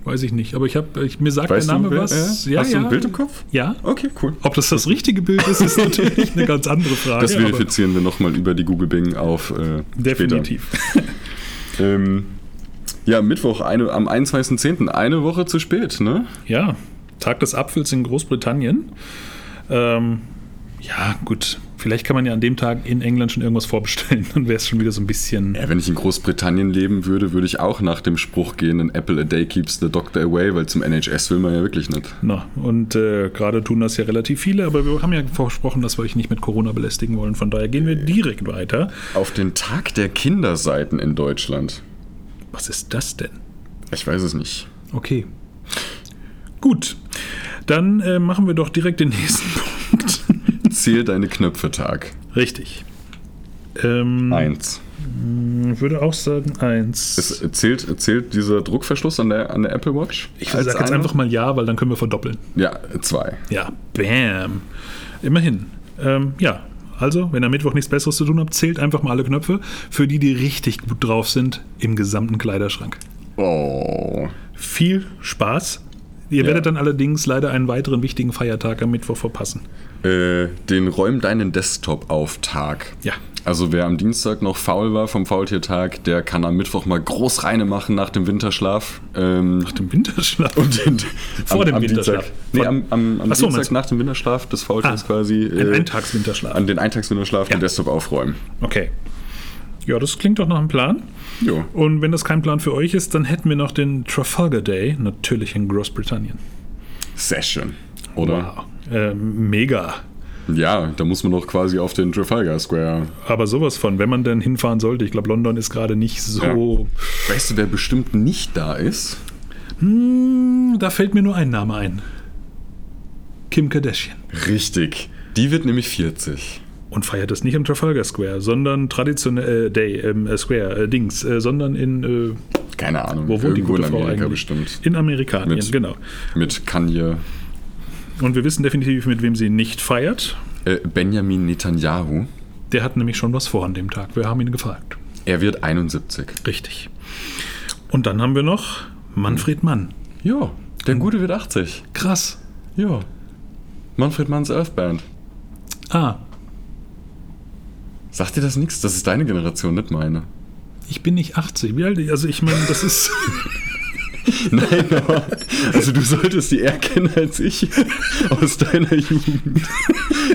Speaker 2: Weiß ich nicht. Aber ich habe, ich, mir sagt
Speaker 1: Weißt
Speaker 2: der Name
Speaker 1: du, wer
Speaker 2: was.
Speaker 1: er- Hast du ein Bild im Kopf?
Speaker 2: Ja.
Speaker 1: Okay, cool.
Speaker 2: Ob das das richtige Bild ist, ist natürlich eine ganz andere Frage.
Speaker 1: Das
Speaker 2: Ah, aber
Speaker 1: verifizieren wir nochmal über die Google Bing auf. Äh,
Speaker 2: definitiv.
Speaker 1: Später. Ähm, ja, Mittwoch, eine, am 21.10., eine Woche zu spät, ne?
Speaker 2: Ja, Tag des Apfels in Großbritannien. Ähm, ja, gut. Vielleicht kann man ja an dem Tag in England schon irgendwas vorbestellen. Dann wäre es schon wieder so ein bisschen.
Speaker 1: Ja, wenn ich in Großbritannien leben würde, würde ich auch nach dem Spruch gehen, an Apple a day keeps the doctor away, weil zum NHS will man ja wirklich nicht.
Speaker 2: Na, und äh, gerade tun das ja relativ viele, aber wir haben ja versprochen, dass wir euch nicht mit Corona belästigen wollen. Von daher gehen wir direkt weiter.
Speaker 1: Auf den Tag der Kinderseiten in Deutschland.
Speaker 2: Was ist das denn?
Speaker 1: Ich weiß es nicht.
Speaker 2: Okay. Gut. Dann äh, machen wir doch direkt den nächsten Punkt.
Speaker 1: Zähl deine Knöpfe Tag.
Speaker 2: Richtig. Ähm,
Speaker 1: Eins.
Speaker 2: Ich würde auch sagen,
Speaker 1: Es
Speaker 2: eins.
Speaker 1: zählt, zählt dieser Druckverschluss an der, an der Apple Watch?
Speaker 2: Ich
Speaker 1: als
Speaker 2: sage jetzt
Speaker 1: einer?
Speaker 2: einfach mal ja, weil dann können wir verdoppeln.
Speaker 1: Ja, zwei.
Speaker 2: Ja, bam. Immerhin. Ähm, ja, also, wenn ihr am Mittwoch nichts Besseres zu tun habt, zählt einfach mal alle Knöpfe, für die, die richtig gut drauf sind, im gesamten Kleiderschrank.
Speaker 1: Oh.
Speaker 2: Viel Spaß. Ihr werdet dann allerdings leider einen weiteren wichtigen Feiertag am Mittwoch verpassen.
Speaker 1: Äh, den Räum deinen Desktop auf Tag.
Speaker 2: Ja.
Speaker 1: Also wer am Dienstag noch faul war vom Faultiertag, der kann am Mittwoch mal groß reine machen nach dem Winterschlaf. Ähm,
Speaker 2: Nach dem Winterschlaf.
Speaker 1: und den,
Speaker 2: Vor dem Winterschlaf.
Speaker 1: Dienstag, nee, am, am, am
Speaker 2: Ach so, meinst
Speaker 1: Dienstag
Speaker 2: du?
Speaker 1: nach dem Winterschlaf des Faultiers
Speaker 2: Ah,
Speaker 1: quasi. äh,
Speaker 2: ein Eintagswinterschlaf.
Speaker 1: An den Eintagswinterschlaf den Desktop aufräumen.
Speaker 2: Okay. Ja, das klingt doch nach einem Plan.
Speaker 1: Jo.
Speaker 2: Und wenn das kein Plan für euch ist, dann hätten wir noch den Trafalgar Day, natürlich in Großbritannien.
Speaker 1: Sehr schön. Oder?
Speaker 2: Äh, mega.
Speaker 1: Ja, da muss man doch quasi auf den Trafalgar Square.
Speaker 2: Aber sowas von, wenn man denn hinfahren sollte. Ich glaube, London ist gerade nicht so.
Speaker 1: Weißt du, wer bestimmt nicht da ist?
Speaker 2: Hm, da fällt mir nur ein Name ein: Kim Kardashian.
Speaker 1: Richtig. Die wird nämlich 40.
Speaker 2: Und feiert das nicht im Trafalgar Square, sondern traditionell äh, Day ähm, äh, Square äh, Dings, äh, sondern in äh,
Speaker 1: Keine Ahnung.
Speaker 2: wo wohnt die
Speaker 1: Irgendwo
Speaker 2: gute
Speaker 1: in
Speaker 2: Frau
Speaker 1: Amerika
Speaker 2: eigentlich?
Speaker 1: bestimmt.
Speaker 2: In Amerikanien,
Speaker 1: Mit-
Speaker 2: genau.
Speaker 1: Mit Kanye.
Speaker 2: Und wir wissen definitiv, mit wem sie nicht feiert.
Speaker 1: Äh, Benjamin Netanyahu.
Speaker 2: Der hat nämlich schon was vor an dem Tag. Wir haben ihn gefragt.
Speaker 1: Er wird 71.
Speaker 2: Richtig. Und dann haben wir noch Manfred Mann.
Speaker 1: Ja, der Gute wird 80.
Speaker 2: Krass.
Speaker 1: Ja. Manfred Manns Earthband.
Speaker 2: Ah,
Speaker 1: Sagt dir das nichts? Das ist deine Generation, nicht meine.
Speaker 2: ich bin nicht 80. Wie alt? Also ich meine, das ist.
Speaker 1: Nein, aber, also du solltest die eher kennen als ich aus deiner Jugend.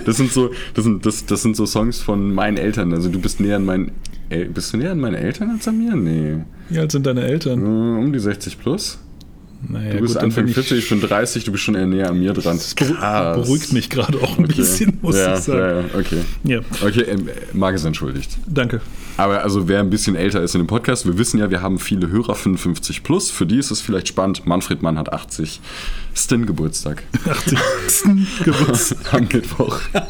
Speaker 1: Das sind so, das sind, das, das sind so Songs von meinen Eltern. Also du bist näher an äh, meinen, El bist du näher an meine Eltern als an mir? Nee.
Speaker 2: Wie alt sind deine Eltern?
Speaker 1: Äh, Um die 60 plus. du bist
Speaker 2: dann
Speaker 1: Anfang
Speaker 2: bin
Speaker 1: 40, ich bin 30, du bist schon eher näher an mir dran.
Speaker 2: Das beruh- beruhigt mich gerade auch ein
Speaker 1: Okay.
Speaker 2: bisschen, muss
Speaker 1: ja,
Speaker 2: ich sagen.
Speaker 1: Ja, ja, okay.
Speaker 2: Ja,
Speaker 1: Okay, ähm, Marc ist entschuldigt.
Speaker 2: danke.
Speaker 1: Aber also wer ein bisschen älter ist in dem Podcast, wir wissen ja, wir haben viele Hörer 55 plus. Für die ist es vielleicht spannend. Manfred Mann hat 80. Stin Geburtstag
Speaker 2: 80. gewusst.
Speaker 1: am Mittwoch.
Speaker 2: Genau.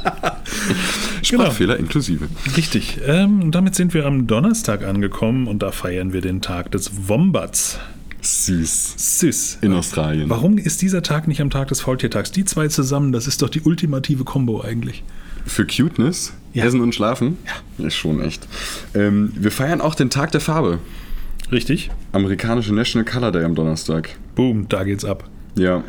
Speaker 1: Sprachfehler inklusive.
Speaker 2: Richtig. Ähm, damit sind wir am Donnerstag angekommen und da feiern wir den Tag des Wombats.
Speaker 1: Süß.
Speaker 2: Süß.
Speaker 1: In Australien.
Speaker 2: Warum ist dieser Tag nicht am Tag des Faultiertags? Die zwei zusammen, das ist doch die ultimative Combo eigentlich.
Speaker 1: Für Cuteness,
Speaker 2: Ja.
Speaker 1: Essen und Schlafen. Ja. Ist schon echt. Ähm, wir feiern auch den Tag der Farbe.
Speaker 2: Richtig.
Speaker 1: Amerikanische National Color Day am Donnerstag.
Speaker 2: Boom, da geht's ab.
Speaker 1: Ja.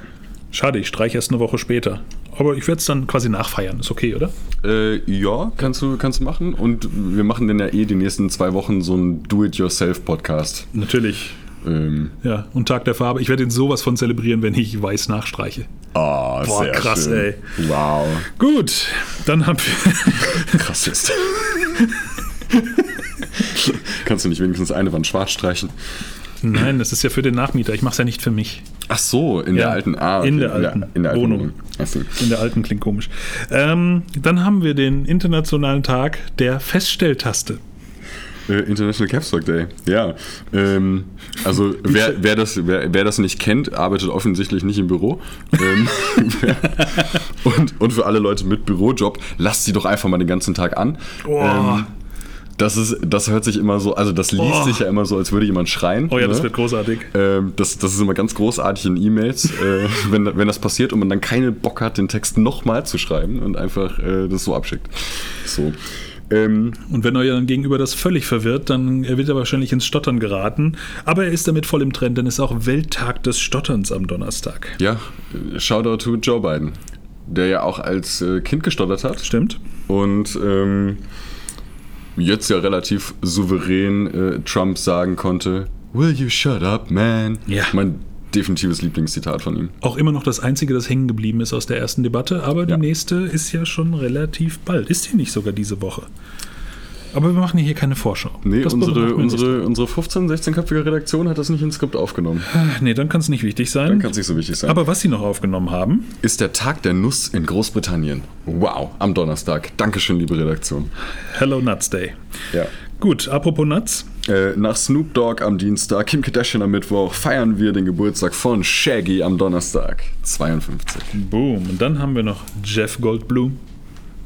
Speaker 2: Schade, ich streiche erst eine Woche später. Aber ich werde es dann quasi nachfeiern. Ist okay, oder?
Speaker 1: Äh, ja, kannst du, kannst du machen. Und wir machen dann ja eh die nächsten zwei Wochen so einen Do-It-Yourself-Podcast.
Speaker 2: Natürlich.
Speaker 1: Ähm,
Speaker 2: Ja, und Tag der Farbe. Ich werde den sowas von zelebrieren, wenn ich weiß nachstreiche.
Speaker 1: Ah,
Speaker 2: Boah,
Speaker 1: sehr
Speaker 2: krass,
Speaker 1: schön.
Speaker 2: ey.
Speaker 1: Wow.
Speaker 2: Gut, dann haben wir.
Speaker 1: Krass ist. Kannst du nicht wenigstens eine Wand schwarz streichen?
Speaker 2: Nein, das ist ja für den Nachmieter. Ich mache es ja nicht für mich.
Speaker 1: Ach so, in der
Speaker 2: Ja,
Speaker 1: alten ah,
Speaker 2: in
Speaker 1: okay,
Speaker 2: der alten
Speaker 1: in der alten
Speaker 2: Wohnung.
Speaker 1: Ach so.
Speaker 2: In der alten klingt komisch. Ähm, dann haben wir den internationalen Tag der Feststelltaste.
Speaker 1: Äh, International Caps Lock Day. Ja. Ähm, also wer, wer, das, wer, wer das nicht kennt, arbeitet offensichtlich nicht im Büro. Ähm, und, und für alle Leute mit Bürojob, lasst sie doch einfach mal den ganzen Tag an.
Speaker 2: Boah.
Speaker 1: Ähm, das ist, das hört sich immer so, also das liest
Speaker 2: Boah.
Speaker 1: sich ja immer so, als würde jemand schreien.
Speaker 2: Oh ja, das
Speaker 1: ne?
Speaker 2: wird großartig.
Speaker 1: Ähm, das, das ist immer ganz großartig in E-Mails, äh, wenn, wenn das passiert und man dann keinen Bock hat, den Text nochmal zu schreiben und einfach äh, das so abschickt. So. Ähm,
Speaker 2: Und wenn euer Gegenüber das völlig verwirrt, dann wird er wahrscheinlich ins Stottern geraten. Aber er ist damit voll im Trend, denn es ist auch Welttag des Stotterns am Donnerstag.
Speaker 1: ja, äh, Shoutout to Joe Biden, der ja auch als äh, Kind gestottert hat
Speaker 2: Stimmt?
Speaker 1: und ähm, jetzt ja relativ souverän äh, Trump sagen konnte: Will you shut up, man?
Speaker 2: Ja.
Speaker 1: Mein definitives Lieblingszitat von ihm.
Speaker 2: Auch immer noch das einzige, das hängen geblieben ist aus der ersten Debatte. Aber
Speaker 1: Ja.
Speaker 2: die nächste ist ja schon relativ bald. Ist die nicht sogar diese Woche? Aber wir machen hier keine Vorschau.
Speaker 1: Nee,
Speaker 2: Das
Speaker 1: unsere,
Speaker 2: macht mir
Speaker 1: unsere, unsere 15-, 16-köpfige Redaktion hat das nicht ins Skript aufgenommen.
Speaker 2: nichts. Ah, Nee, dann kann es nicht wichtig
Speaker 1: Dann
Speaker 2: sein.
Speaker 1: kann es nicht so wichtig sein.
Speaker 2: Aber was sie noch aufgenommen haben,
Speaker 1: ist der Tag der Nuss in Großbritannien. Wow, am Donnerstag. Dankeschön, liebe Redaktion.
Speaker 2: Hello Nuts Day.
Speaker 1: Ja.
Speaker 2: Gut, apropos Nuts.
Speaker 1: Äh, nach Snoop Dogg am Dienstag, Kim Kardashian am Mittwoch, feiern wir den Geburtstag von Shaggy am Donnerstag. 52.
Speaker 2: Boom. Und dann haben wir noch Jeff Goldblum.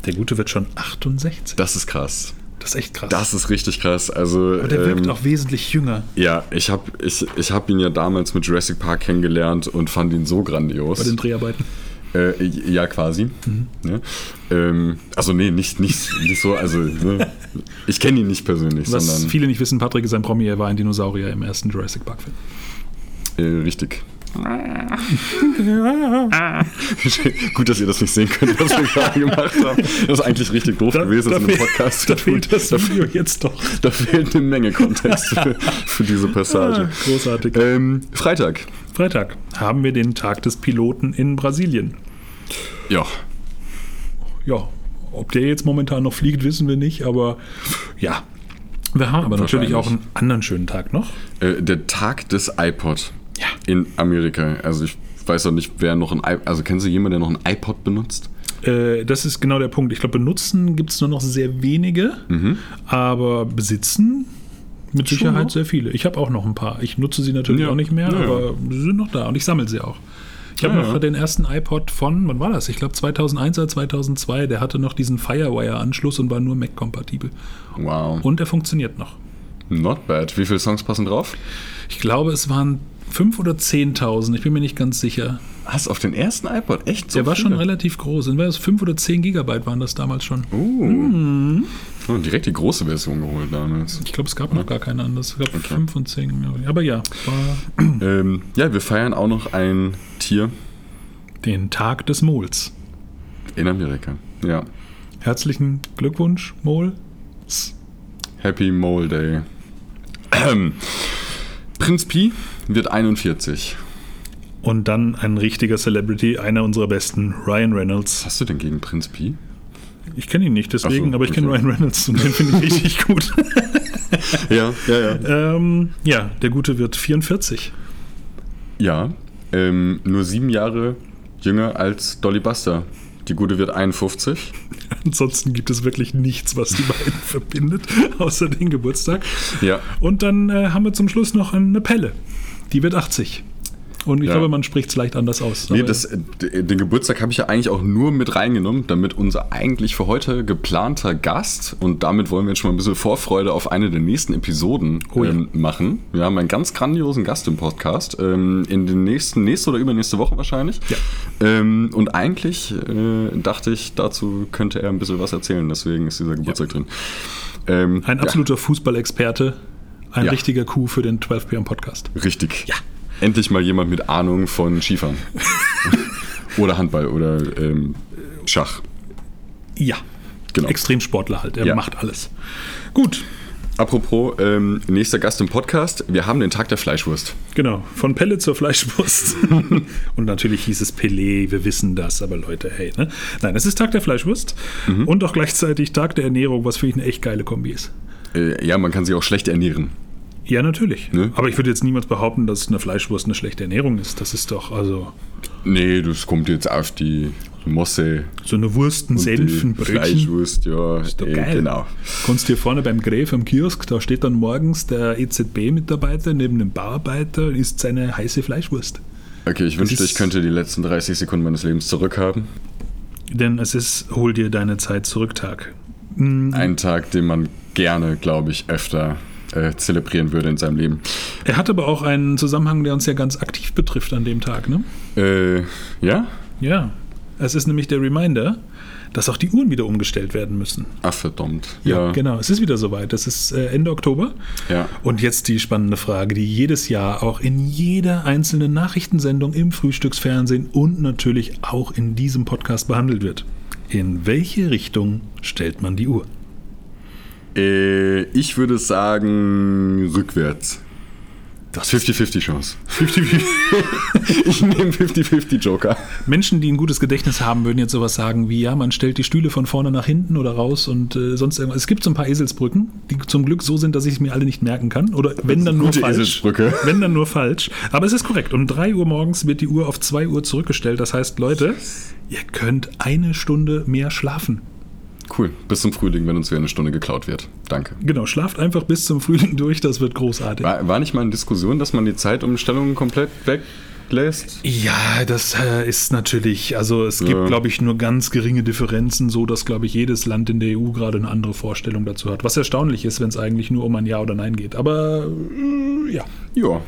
Speaker 2: Der Gute wird schon 68.
Speaker 1: Das ist krass.
Speaker 2: Das ist echt krass.
Speaker 1: Das ist richtig krass. Also,
Speaker 2: Und der wirkt
Speaker 1: ähm,
Speaker 2: auch wesentlich jünger.
Speaker 1: Ja, ich habe ich, ich hab ihn ja damals mit Jurassic Park kennengelernt und fand ihn so grandios.
Speaker 2: Bei den Mhm. Dreharbeiten.
Speaker 1: Äh, ja, quasi. Ne? Ähm, also, nee, nicht, nicht, nicht so. Also, ne? ich kenne ihn nicht persönlich,
Speaker 2: Was
Speaker 1: sondern.
Speaker 2: viele nicht wissen, Patrick ist ein Promi, er war ein Dinosaurier im ersten Jurassic Park-Film.
Speaker 1: Äh, richtig.
Speaker 2: Ah.
Speaker 1: Gut, dass ihr das nicht sehen könnt, was wir gerade gemacht haben. Das ist eigentlich richtig doof gewesen, das in einem
Speaker 2: fehl-
Speaker 1: Podcast zu
Speaker 2: da
Speaker 1: tun.
Speaker 2: fehlt das Video jetzt doch.
Speaker 1: Da fehlt eine Menge Kontext für, für diese Passage.
Speaker 2: Ah, großartig.
Speaker 1: Ähm, Freitag.
Speaker 2: Freitag haben wir den Tag des Piloten in Brasilien.
Speaker 1: Ja.
Speaker 2: Ja, ob der jetzt momentan noch fliegt, wissen wir nicht, aber ja. Wir haben aber natürlich auch einen anderen schönen Tag noch.
Speaker 1: Äh, der Tag des iPod
Speaker 2: Ja.
Speaker 1: in Amerika. Also ich weiß auch nicht, wer noch ein iPod... Also kennst du jemanden, der noch ein iPod benutzt?
Speaker 2: Äh, das ist genau der Punkt. Ich glaube, benutzen gibt es nur noch sehr wenige, aber besitzen mit Sicherheit
Speaker 1: Mhm. noch?
Speaker 2: sehr viele. Ich habe auch noch ein paar. Ich nutze sie natürlich
Speaker 1: Ja.
Speaker 2: auch nicht mehr,
Speaker 1: Ja, ja.
Speaker 2: aber sie sind noch da und ich sammle sie auch. Ich habe
Speaker 1: Ja,
Speaker 2: noch
Speaker 1: ja.
Speaker 2: den ersten iPod von, wann war das? Ich glaube 2001 oder 2002. Der hatte noch diesen Firewire-Anschluss und war nur Mac-kompatibel.
Speaker 1: Wow.
Speaker 2: Und er funktioniert noch.
Speaker 1: Not bad. Wie viele Songs passen drauf?
Speaker 2: Ich glaube, es waren 5.000 oder 10.000. Ich bin mir nicht ganz sicher.
Speaker 1: Was, auf den ersten iPod? Echt? So
Speaker 2: Der war schon
Speaker 1: viele?
Speaker 2: relativ groß. Sind das 5 oder 10 Gigabyte waren das damals schon.
Speaker 1: Oh, direkt die große Version geholt damals.
Speaker 2: Ich glaube, es gab noch gar keine anders. Ich glaube, fünf und zehn. ja. Aber ja, war
Speaker 1: Ähm, ja, wir feiern auch noch ein Tier
Speaker 2: den Tag des Mols.
Speaker 1: in Amerika. Ja.
Speaker 2: Herzlichen Glückwunsch, Mol.
Speaker 1: Happy Mole Day. Ähm. Prinz Pi wird 41.
Speaker 2: Und dann ein richtiger Celebrity, einer unserer besten, Ryan Reynolds.
Speaker 1: Hast du denn gegen Prinz Pi?
Speaker 2: Ich kenne ihn nicht deswegen,
Speaker 1: Ach so,
Speaker 2: aber ich kenne
Speaker 1: okay.
Speaker 2: Ryan Reynolds und den finde ich richtig gut.
Speaker 1: Ja, ja, ja.
Speaker 2: ähm, ja, der Gute wird 44.
Speaker 1: Ja, ähm, nur sieben Jahre jünger als Dolly Buster. Die gute wird 51.
Speaker 2: Ansonsten gibt es wirklich nichts, was die beiden verbindet, außer den Geburtstag.
Speaker 1: Ja.
Speaker 2: Und dann äh, haben wir zum Schluss noch eine Pelle. Die wird 80. Und ich
Speaker 1: Ja.
Speaker 2: glaube, man spricht es leicht anders aus.
Speaker 1: Nee,
Speaker 2: Aber-
Speaker 1: das, äh, d- den Geburtstag habe ich ja eigentlich auch nur mit reingenommen, damit unser eigentlich für heute geplanter Gast, und damit wollen wir jetzt schon mal ein bisschen Vorfreude auf eine der nächsten Episoden
Speaker 2: Oh ja.
Speaker 1: ähm, machen. Wir haben einen ganz grandiosen Gast im Podcast, ähm, in den nächsten, nächste oder übernächste Woche wahrscheinlich.
Speaker 2: Ja.
Speaker 1: Ähm, und eigentlich äh, dachte ich, dazu könnte er ein bisschen was erzählen, deswegen ist dieser Geburtstag drin. Ähm,
Speaker 2: ein absoluter Fußballexperte, ein
Speaker 1: Ja.
Speaker 2: richtiger Coup für den 12 PM Podcast.
Speaker 1: ja, richtig. Ja. Endlich mal jemand mit Ahnung von Skifahren. oder Handball oder ähm, Schach.
Speaker 2: Ja.
Speaker 1: Genau.
Speaker 2: Extremsportler halt, er
Speaker 1: Ja.
Speaker 2: macht alles. Gut,
Speaker 1: Apropos, ähm, nächster Gast im Podcast, wir haben den Tag der Fleischwurst.
Speaker 2: genau. Von Pelle zur Fleischwurst. und natürlich hieß es Pelé, wir wissen das, aber Leute, hey, ne? Nein, es ist Tag der Fleischwurst
Speaker 1: Mhm.
Speaker 2: und auch gleichzeitig Tag der Ernährung, was für ich eine echt geile Kombi ist.
Speaker 1: Äh, ja, man kann sich auch schlecht ernähren.
Speaker 2: Ja, natürlich.
Speaker 1: Ne?
Speaker 2: Aber ich würde jetzt niemals behaupten, dass eine Fleischwurst eine schlechte Ernährung ist. Das ist doch also
Speaker 1: Nee, das kommt jetzt auf die Mosse.
Speaker 2: so eine Wurst, ein Senf, ein
Speaker 1: die
Speaker 2: Brötchen.
Speaker 1: Fleischwurst, ja.
Speaker 2: Ist doch
Speaker 1: äh,
Speaker 2: geil.
Speaker 1: Genau.
Speaker 2: Kannst hier vorne beim Gräf am Kiosk, da steht dann morgens der EZB-Mitarbeiter neben dem Bauarbeiter und isst seine heiße Fleischwurst.
Speaker 1: Okay, ich wünschte,
Speaker 2: ist-
Speaker 1: ich könnte die letzten 30 Sekunden meines Lebens zurückhaben.
Speaker 2: Denn es ist Hol dir deine Zeit zurück Tag. Mhm.
Speaker 1: Ein Tag, den man gerne, glaube ich, öfter äh, zelebrieren würde in seinem Leben.
Speaker 2: Er hat aber auch einen Zusammenhang, der uns ja ganz aktiv betrifft an dem Tag, ne?
Speaker 1: Äh, ja?
Speaker 2: Ja. Es ist nämlich der Reminder, dass auch die Uhren wieder umgestellt werden müssen.
Speaker 1: Ach, verdammt.
Speaker 2: Genau, es ist wieder soweit. Das ist äh, Ende Oktober.
Speaker 1: Ja.
Speaker 2: Und jetzt die spannende Frage, die jedes Jahr auch in jeder einzelnen Nachrichtensendung im Frühstücksfernsehen und natürlich auch in diesem Podcast behandelt wird. In welche Richtung stellt man die Uhr?
Speaker 1: Äh, ich würde sagen, rückwärts. Das 50-50 Chance. 50-50. ich nehme 50-50 Joker.
Speaker 2: Menschen, die ein gutes Gedächtnis haben, würden jetzt sowas sagen wie, ja, man stellt die Stühle von vorne nach hinten oder raus und äh, sonst irgendwas. Es gibt so ein paar Eselsbrücken, die zum Glück so sind, dass ich es mir alle nicht merken kann. Oder wenn dann nur
Speaker 1: gute
Speaker 2: falsch.
Speaker 1: Eselsbrücke.
Speaker 2: Wenn dann nur falsch. Aber es ist korrekt. Um 3 Uhr morgens wird die Uhr auf 2 Uhr zurückgestellt. Das heißt, Leute, ihr könnt eine Stunde mehr schlafen.
Speaker 1: Cool. Bis zum Frühling, wenn uns wieder eine Stunde geklaut wird. Danke.
Speaker 2: Genau, schlaft einfach bis zum Frühling durch, das wird großartig.
Speaker 1: War, war nicht mal eine Diskussion, dass man die Zeitumstellung komplett weglässt?
Speaker 2: Ja, das äh, ist natürlich, also es gibt,
Speaker 1: Ja.
Speaker 2: glaube ich, nur ganz geringe Differenzen, so dass, glaube ich, jedes Land in der EU gerade eine andere Vorstellung dazu hat. Was erstaunlich ist, wenn es eigentlich nur um ein Ja oder Nein geht. Aber äh, ja,
Speaker 1: Ja.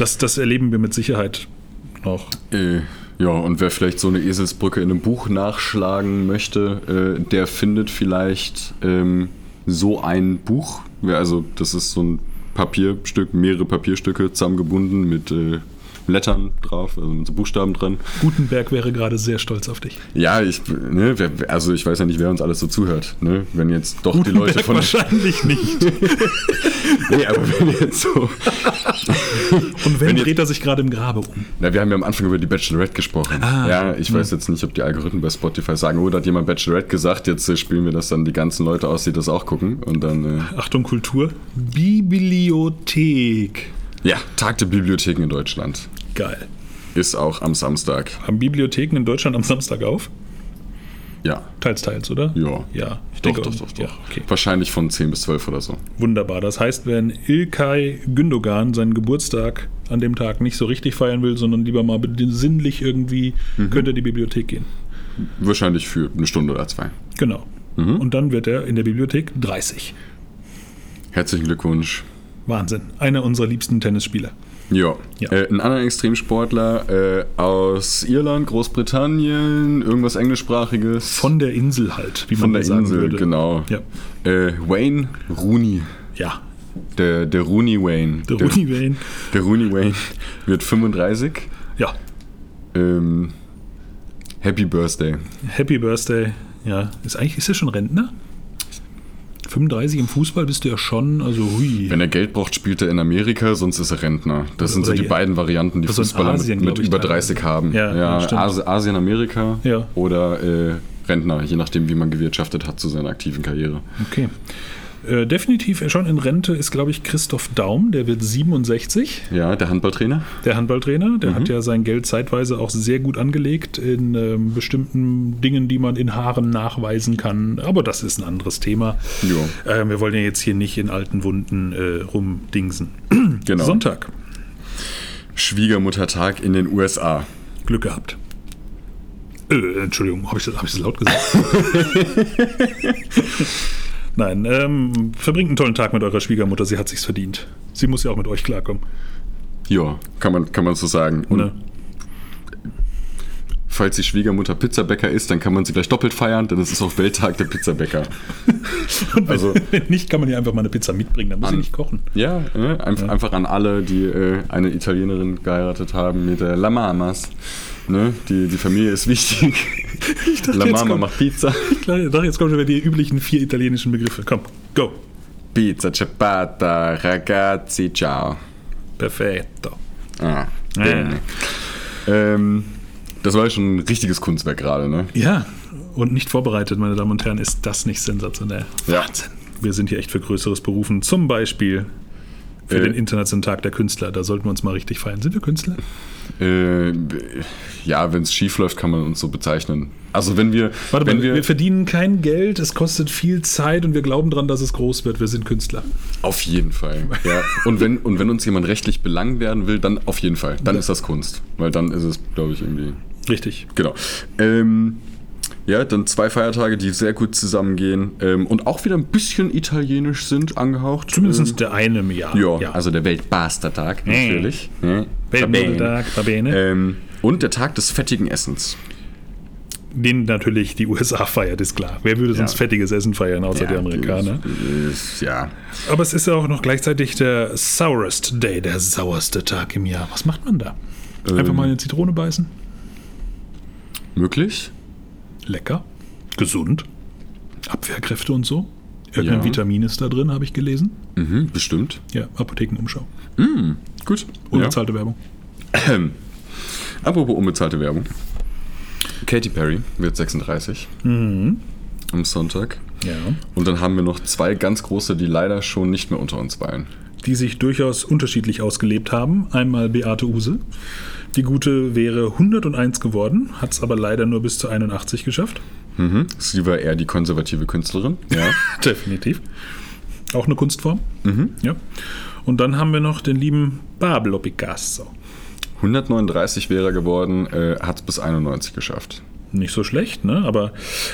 Speaker 2: das, das erleben wir mit Sicherheit noch.
Speaker 1: Äh, ja, und wer vielleicht so eine Eselsbrücke in einem Buch nachschlagen möchte, äh, der findet vielleicht ähm, so ein Buch. Ja, also, das ist so ein Papierstück, mehrere Papierstücke zusammengebunden mit äh, Lettern drauf, also mit so Buchstaben dran.
Speaker 2: Gutenberg wäre gerade sehr stolz auf dich.
Speaker 1: Ja, ich, ne, wer, also ich weiß ja nicht, wer uns alles so zuhört. Ne? Wenn jetzt doch die Leute
Speaker 2: Gutenberg
Speaker 1: von.
Speaker 2: wahrscheinlich nicht.
Speaker 1: Nee, aber wenn jetzt so.
Speaker 2: Und wenn,
Speaker 1: Wenn jetzt-
Speaker 2: dreht er sich gerade im Grabe um.
Speaker 1: Na, wir haben ja am Anfang über die Bachelorette gesprochen.
Speaker 2: Ah.
Speaker 1: ja, ich weiß jetzt nicht, ob die Algorithmen bei Spotify sagen, oh, da hat jemand Bachelorette gesagt, jetzt äh, spielen wir das dann die ganzen Leute aus, die das auch gucken. Und dann, äh,
Speaker 2: Achtung, Kultur. Bibliothek.
Speaker 1: äh, ja, Tag der Bibliotheken in Deutschland
Speaker 2: Geil.
Speaker 1: ist auch am Samstag.
Speaker 2: Haben Bibliotheken in Deutschland am Samstag auf?
Speaker 1: Ja,
Speaker 2: Teils, teils, oder?
Speaker 1: ja.
Speaker 2: Ja, ich
Speaker 1: Doch,
Speaker 2: denke,
Speaker 1: doch, doch, doch.
Speaker 2: Ja, okay.
Speaker 1: Wahrscheinlich von 10 bis 12 oder so.
Speaker 2: Wunderbar. Das heißt, wenn Ilkay Gündogan seinen Geburtstag an dem Tag nicht so richtig feiern will, sondern lieber mal bed- sinnlich irgendwie,
Speaker 1: Mhm.
Speaker 2: könnte er in die Bibliothek gehen.
Speaker 1: Wahrscheinlich für eine Stunde oder zwei.
Speaker 2: Genau.
Speaker 1: Mhm.
Speaker 2: Und dann wird er in der Bibliothek 30.
Speaker 1: Herzlichen Glückwunsch.
Speaker 2: Wahnsinn. Einer unserer liebsten Tennisspieler.
Speaker 1: Ja.
Speaker 2: Ja.
Speaker 1: Äh, ein anderer Extremsportler äh, aus Irland, Großbritannien, irgendwas englischsprachiges.
Speaker 2: Von der Insel halt, wie man
Speaker 1: Von der
Speaker 2: hier sagen
Speaker 1: Insel,
Speaker 2: würde.
Speaker 1: genau.
Speaker 2: Ja.
Speaker 1: Äh, Wayne Rooney.
Speaker 2: Ja.
Speaker 1: Der, der Rooney Wayne.
Speaker 2: Der Rudi Wayne.
Speaker 1: der Rooney Wayne wird 35.
Speaker 2: Ja.
Speaker 1: Ähm, Happy Birthday.
Speaker 2: Happy Birthday. Ja. Ist eigentlich, ist er schon Rentner? 35 im Fußball bist du ja schon, also hui.
Speaker 1: Wenn er Geld braucht, spielt er in Amerika, sonst ist er Rentner. Das sind so
Speaker 2: oder
Speaker 1: die
Speaker 2: je-
Speaker 1: beiden Varianten, die
Speaker 2: Also in
Speaker 1: Fußballer
Speaker 2: Asien,
Speaker 1: mit,
Speaker 2: glaub
Speaker 1: mit
Speaker 2: ich,
Speaker 1: über
Speaker 2: teilweise.
Speaker 1: 30 haben.
Speaker 2: Ja, ja, stimmt.
Speaker 1: Asi- Asien, Amerika
Speaker 2: Ja.
Speaker 1: oder äh, Rentner, je nachdem, wie man gewirtschaftet hat zu seiner aktiven Karriere.
Speaker 2: Okay. Äh, definitiv schon in Rente ist, glaube ich, Christoph Daum, der wird 67.
Speaker 1: Ja, der Handballtrainer.
Speaker 2: Der Handballtrainer, der hat ja sein Geld zeitweise auch sehr gut angelegt in ähm, bestimmten Dingen, die man in Haaren nachweisen kann. Aber das ist ein anderes Thema.
Speaker 1: Jo.
Speaker 2: Äh, wir wollen ja jetzt hier nicht in alten Wunden äh, rumdingsen.
Speaker 1: Genau.
Speaker 2: Sonntag.
Speaker 1: Schwiegermuttertag in den USA.
Speaker 2: Glück gehabt. Äh, Entschuldigung, habe ich, das- hab ich das laut gesagt? Nein, ähm, verbringt einen tollen Tag mit eurer Schwiegermutter, sie hat sich's verdient. Sie muss ja auch mit euch klarkommen.
Speaker 1: Ja, kann man, kann man so sagen. Und
Speaker 2: Ne?
Speaker 1: falls die Schwiegermutter Pizzabäcker ist, dann kann man sie gleich doppelt feiern, denn es ist auch Welttag der Pizzabäcker.
Speaker 2: Und wenn,
Speaker 1: also-
Speaker 2: wenn nicht, kann man ihr einfach mal eine Pizza mitbringen, dann muss sie
Speaker 1: An-
Speaker 2: nicht kochen.
Speaker 1: Ja, ne? Einf einfach an alle, die äh, eine Italienerin geheiratet haben mit äh, La Mamas. Ne? Die, die Familie ist wichtig. La
Speaker 2: jetzt
Speaker 1: Mama
Speaker 2: kommt-
Speaker 1: macht Pizza.
Speaker 2: Klar, doch, jetzt kommen schon wieder die üblichen vier italienischen Begriffe. Komm, go.
Speaker 1: Pizza, ciabatta, ragazzi, ciao.
Speaker 2: Perfetto.
Speaker 1: Ah, bene. Ähm, das war ja schon ein richtiges Kunstwerk gerade, ne?
Speaker 2: Ja, und nicht vorbereitet, meine Damen und Herren, ist das nicht sensationell?
Speaker 1: Ja.
Speaker 2: Wahnsinn. Wir sind hier echt für Größeres berufen. Zum Beispiel für
Speaker 1: Äh.
Speaker 2: den Internationalen Tag der Künstler. Da sollten wir uns mal richtig feiern. Sind wir Künstler?
Speaker 1: Äh, ja, wenn es schief läuft, kann man uns so bezeichnen. Also wenn wir,
Speaker 2: Warte
Speaker 1: wenn
Speaker 2: mal, wir, verdienen kein Geld, es kostet viel Zeit und wir glauben dran, dass es groß wird. Wir sind Künstler.
Speaker 1: Auf jeden Fall. Ja. Und, wenn, und wenn uns jemand rechtlich belangen werden will, dann auf jeden Fall. Dann ist das Kunst. Weil dann ist es, glaube ich, irgendwie.
Speaker 2: Richtig.
Speaker 1: Genau. Ähm, ja, dann zwei Feiertage, die sehr gut zusammengehen ähm, und auch wieder ein bisschen italienisch sind, angehaucht.
Speaker 2: Zumindest der eine im Jahr.
Speaker 1: Ähm, ja, also der Weltbastardtag natürlich. ne? Ja.
Speaker 2: Weltmodeltag, Tabene,
Speaker 1: Ähm, und der Tag des fettigen Essens.
Speaker 2: den natürlich die USA feiert, ist klar. Wer würde sonst fettiges Essen feiern, außer die Amerikaner?
Speaker 1: Ist, ja.
Speaker 2: Aber es ist ja auch noch gleichzeitig der Sourest Day, der sauerste Tag im Jahr. Was macht man da? Einfach
Speaker 1: Ähm.
Speaker 2: mal eine Zitrone beißen?
Speaker 1: Möglich?
Speaker 2: Lecker. Gesund. Abwehrkräfte und so. Irgendein
Speaker 1: Ja.
Speaker 2: Vitamin ist da drin, habe ich gelesen.
Speaker 1: Mhm, bestimmt.
Speaker 2: Ja, Apothekenumschau.
Speaker 1: Gut. Ja.
Speaker 2: Unbezahlte Werbung.
Speaker 1: Ähm, Apropos unbezahlte Werbung. Katy Perry wird 36 Mhm. am Sonntag.
Speaker 2: Ja.
Speaker 1: Und dann haben wir noch zwei ganz große, die leider schon nicht mehr unter uns weilen.
Speaker 2: die sich durchaus unterschiedlich ausgelebt haben. Einmal Beate Use. Die gute wäre 101 geworden, hat es aber leider nur bis zu 81 geschafft.
Speaker 1: Mhm. Sie war eher die konservative Künstlerin. Ja.
Speaker 2: Definitiv. Auch eine Kunstform. Ja. Und dann haben wir noch den lieben Pablo Picasso.
Speaker 1: 139 wäre er geworden, äh, hat es bis 91 geschafft.
Speaker 2: Nicht so schlecht, ne? Aber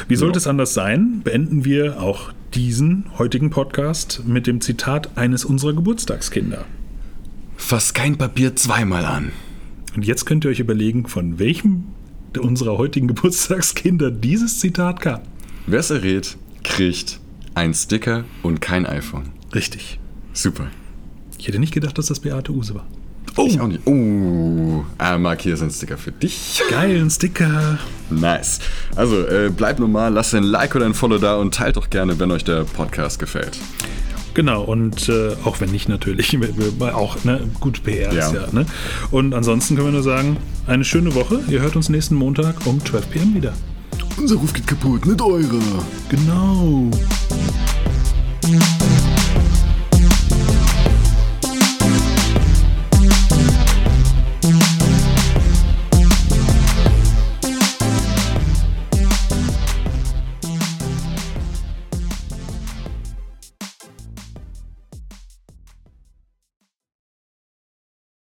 Speaker 2: wie sollte es anders sein? Beenden wir auch diesen heutigen Podcast mit dem Zitat eines unserer Geburtstagskinder.
Speaker 1: Fass kein Papier zweimal an.
Speaker 2: Und jetzt könnt ihr euch überlegen, von welchem unserer heutigen Geburtstagskinder dieses Zitat kam.
Speaker 1: Wer es errät, kriegt ein Sticker und kein iPhone.
Speaker 2: Richtig.
Speaker 1: Super.
Speaker 2: Ich hätte nicht gedacht, dass das Beate Use war.
Speaker 1: Oh. Ich auch nicht. Oh, ah, Marc, hier ist ein Sticker für dich.
Speaker 2: Geil, ein Sticker.
Speaker 1: Nice. Also äh, bleibt normal, lasst ein Like oder ein Follow da und teilt doch gerne, wenn euch der Podcast gefällt.
Speaker 2: Genau, und äh, auch wenn nicht natürlich, wir- wir- auch ne, gut PR ist
Speaker 1: Ja.
Speaker 2: ja. Ne? Und ansonsten können wir nur sagen, eine schöne Woche. Ihr hört uns nächsten Montag um 12 pm wieder.
Speaker 1: Unser Ruf geht kaputt, nicht eurer.
Speaker 2: Genau.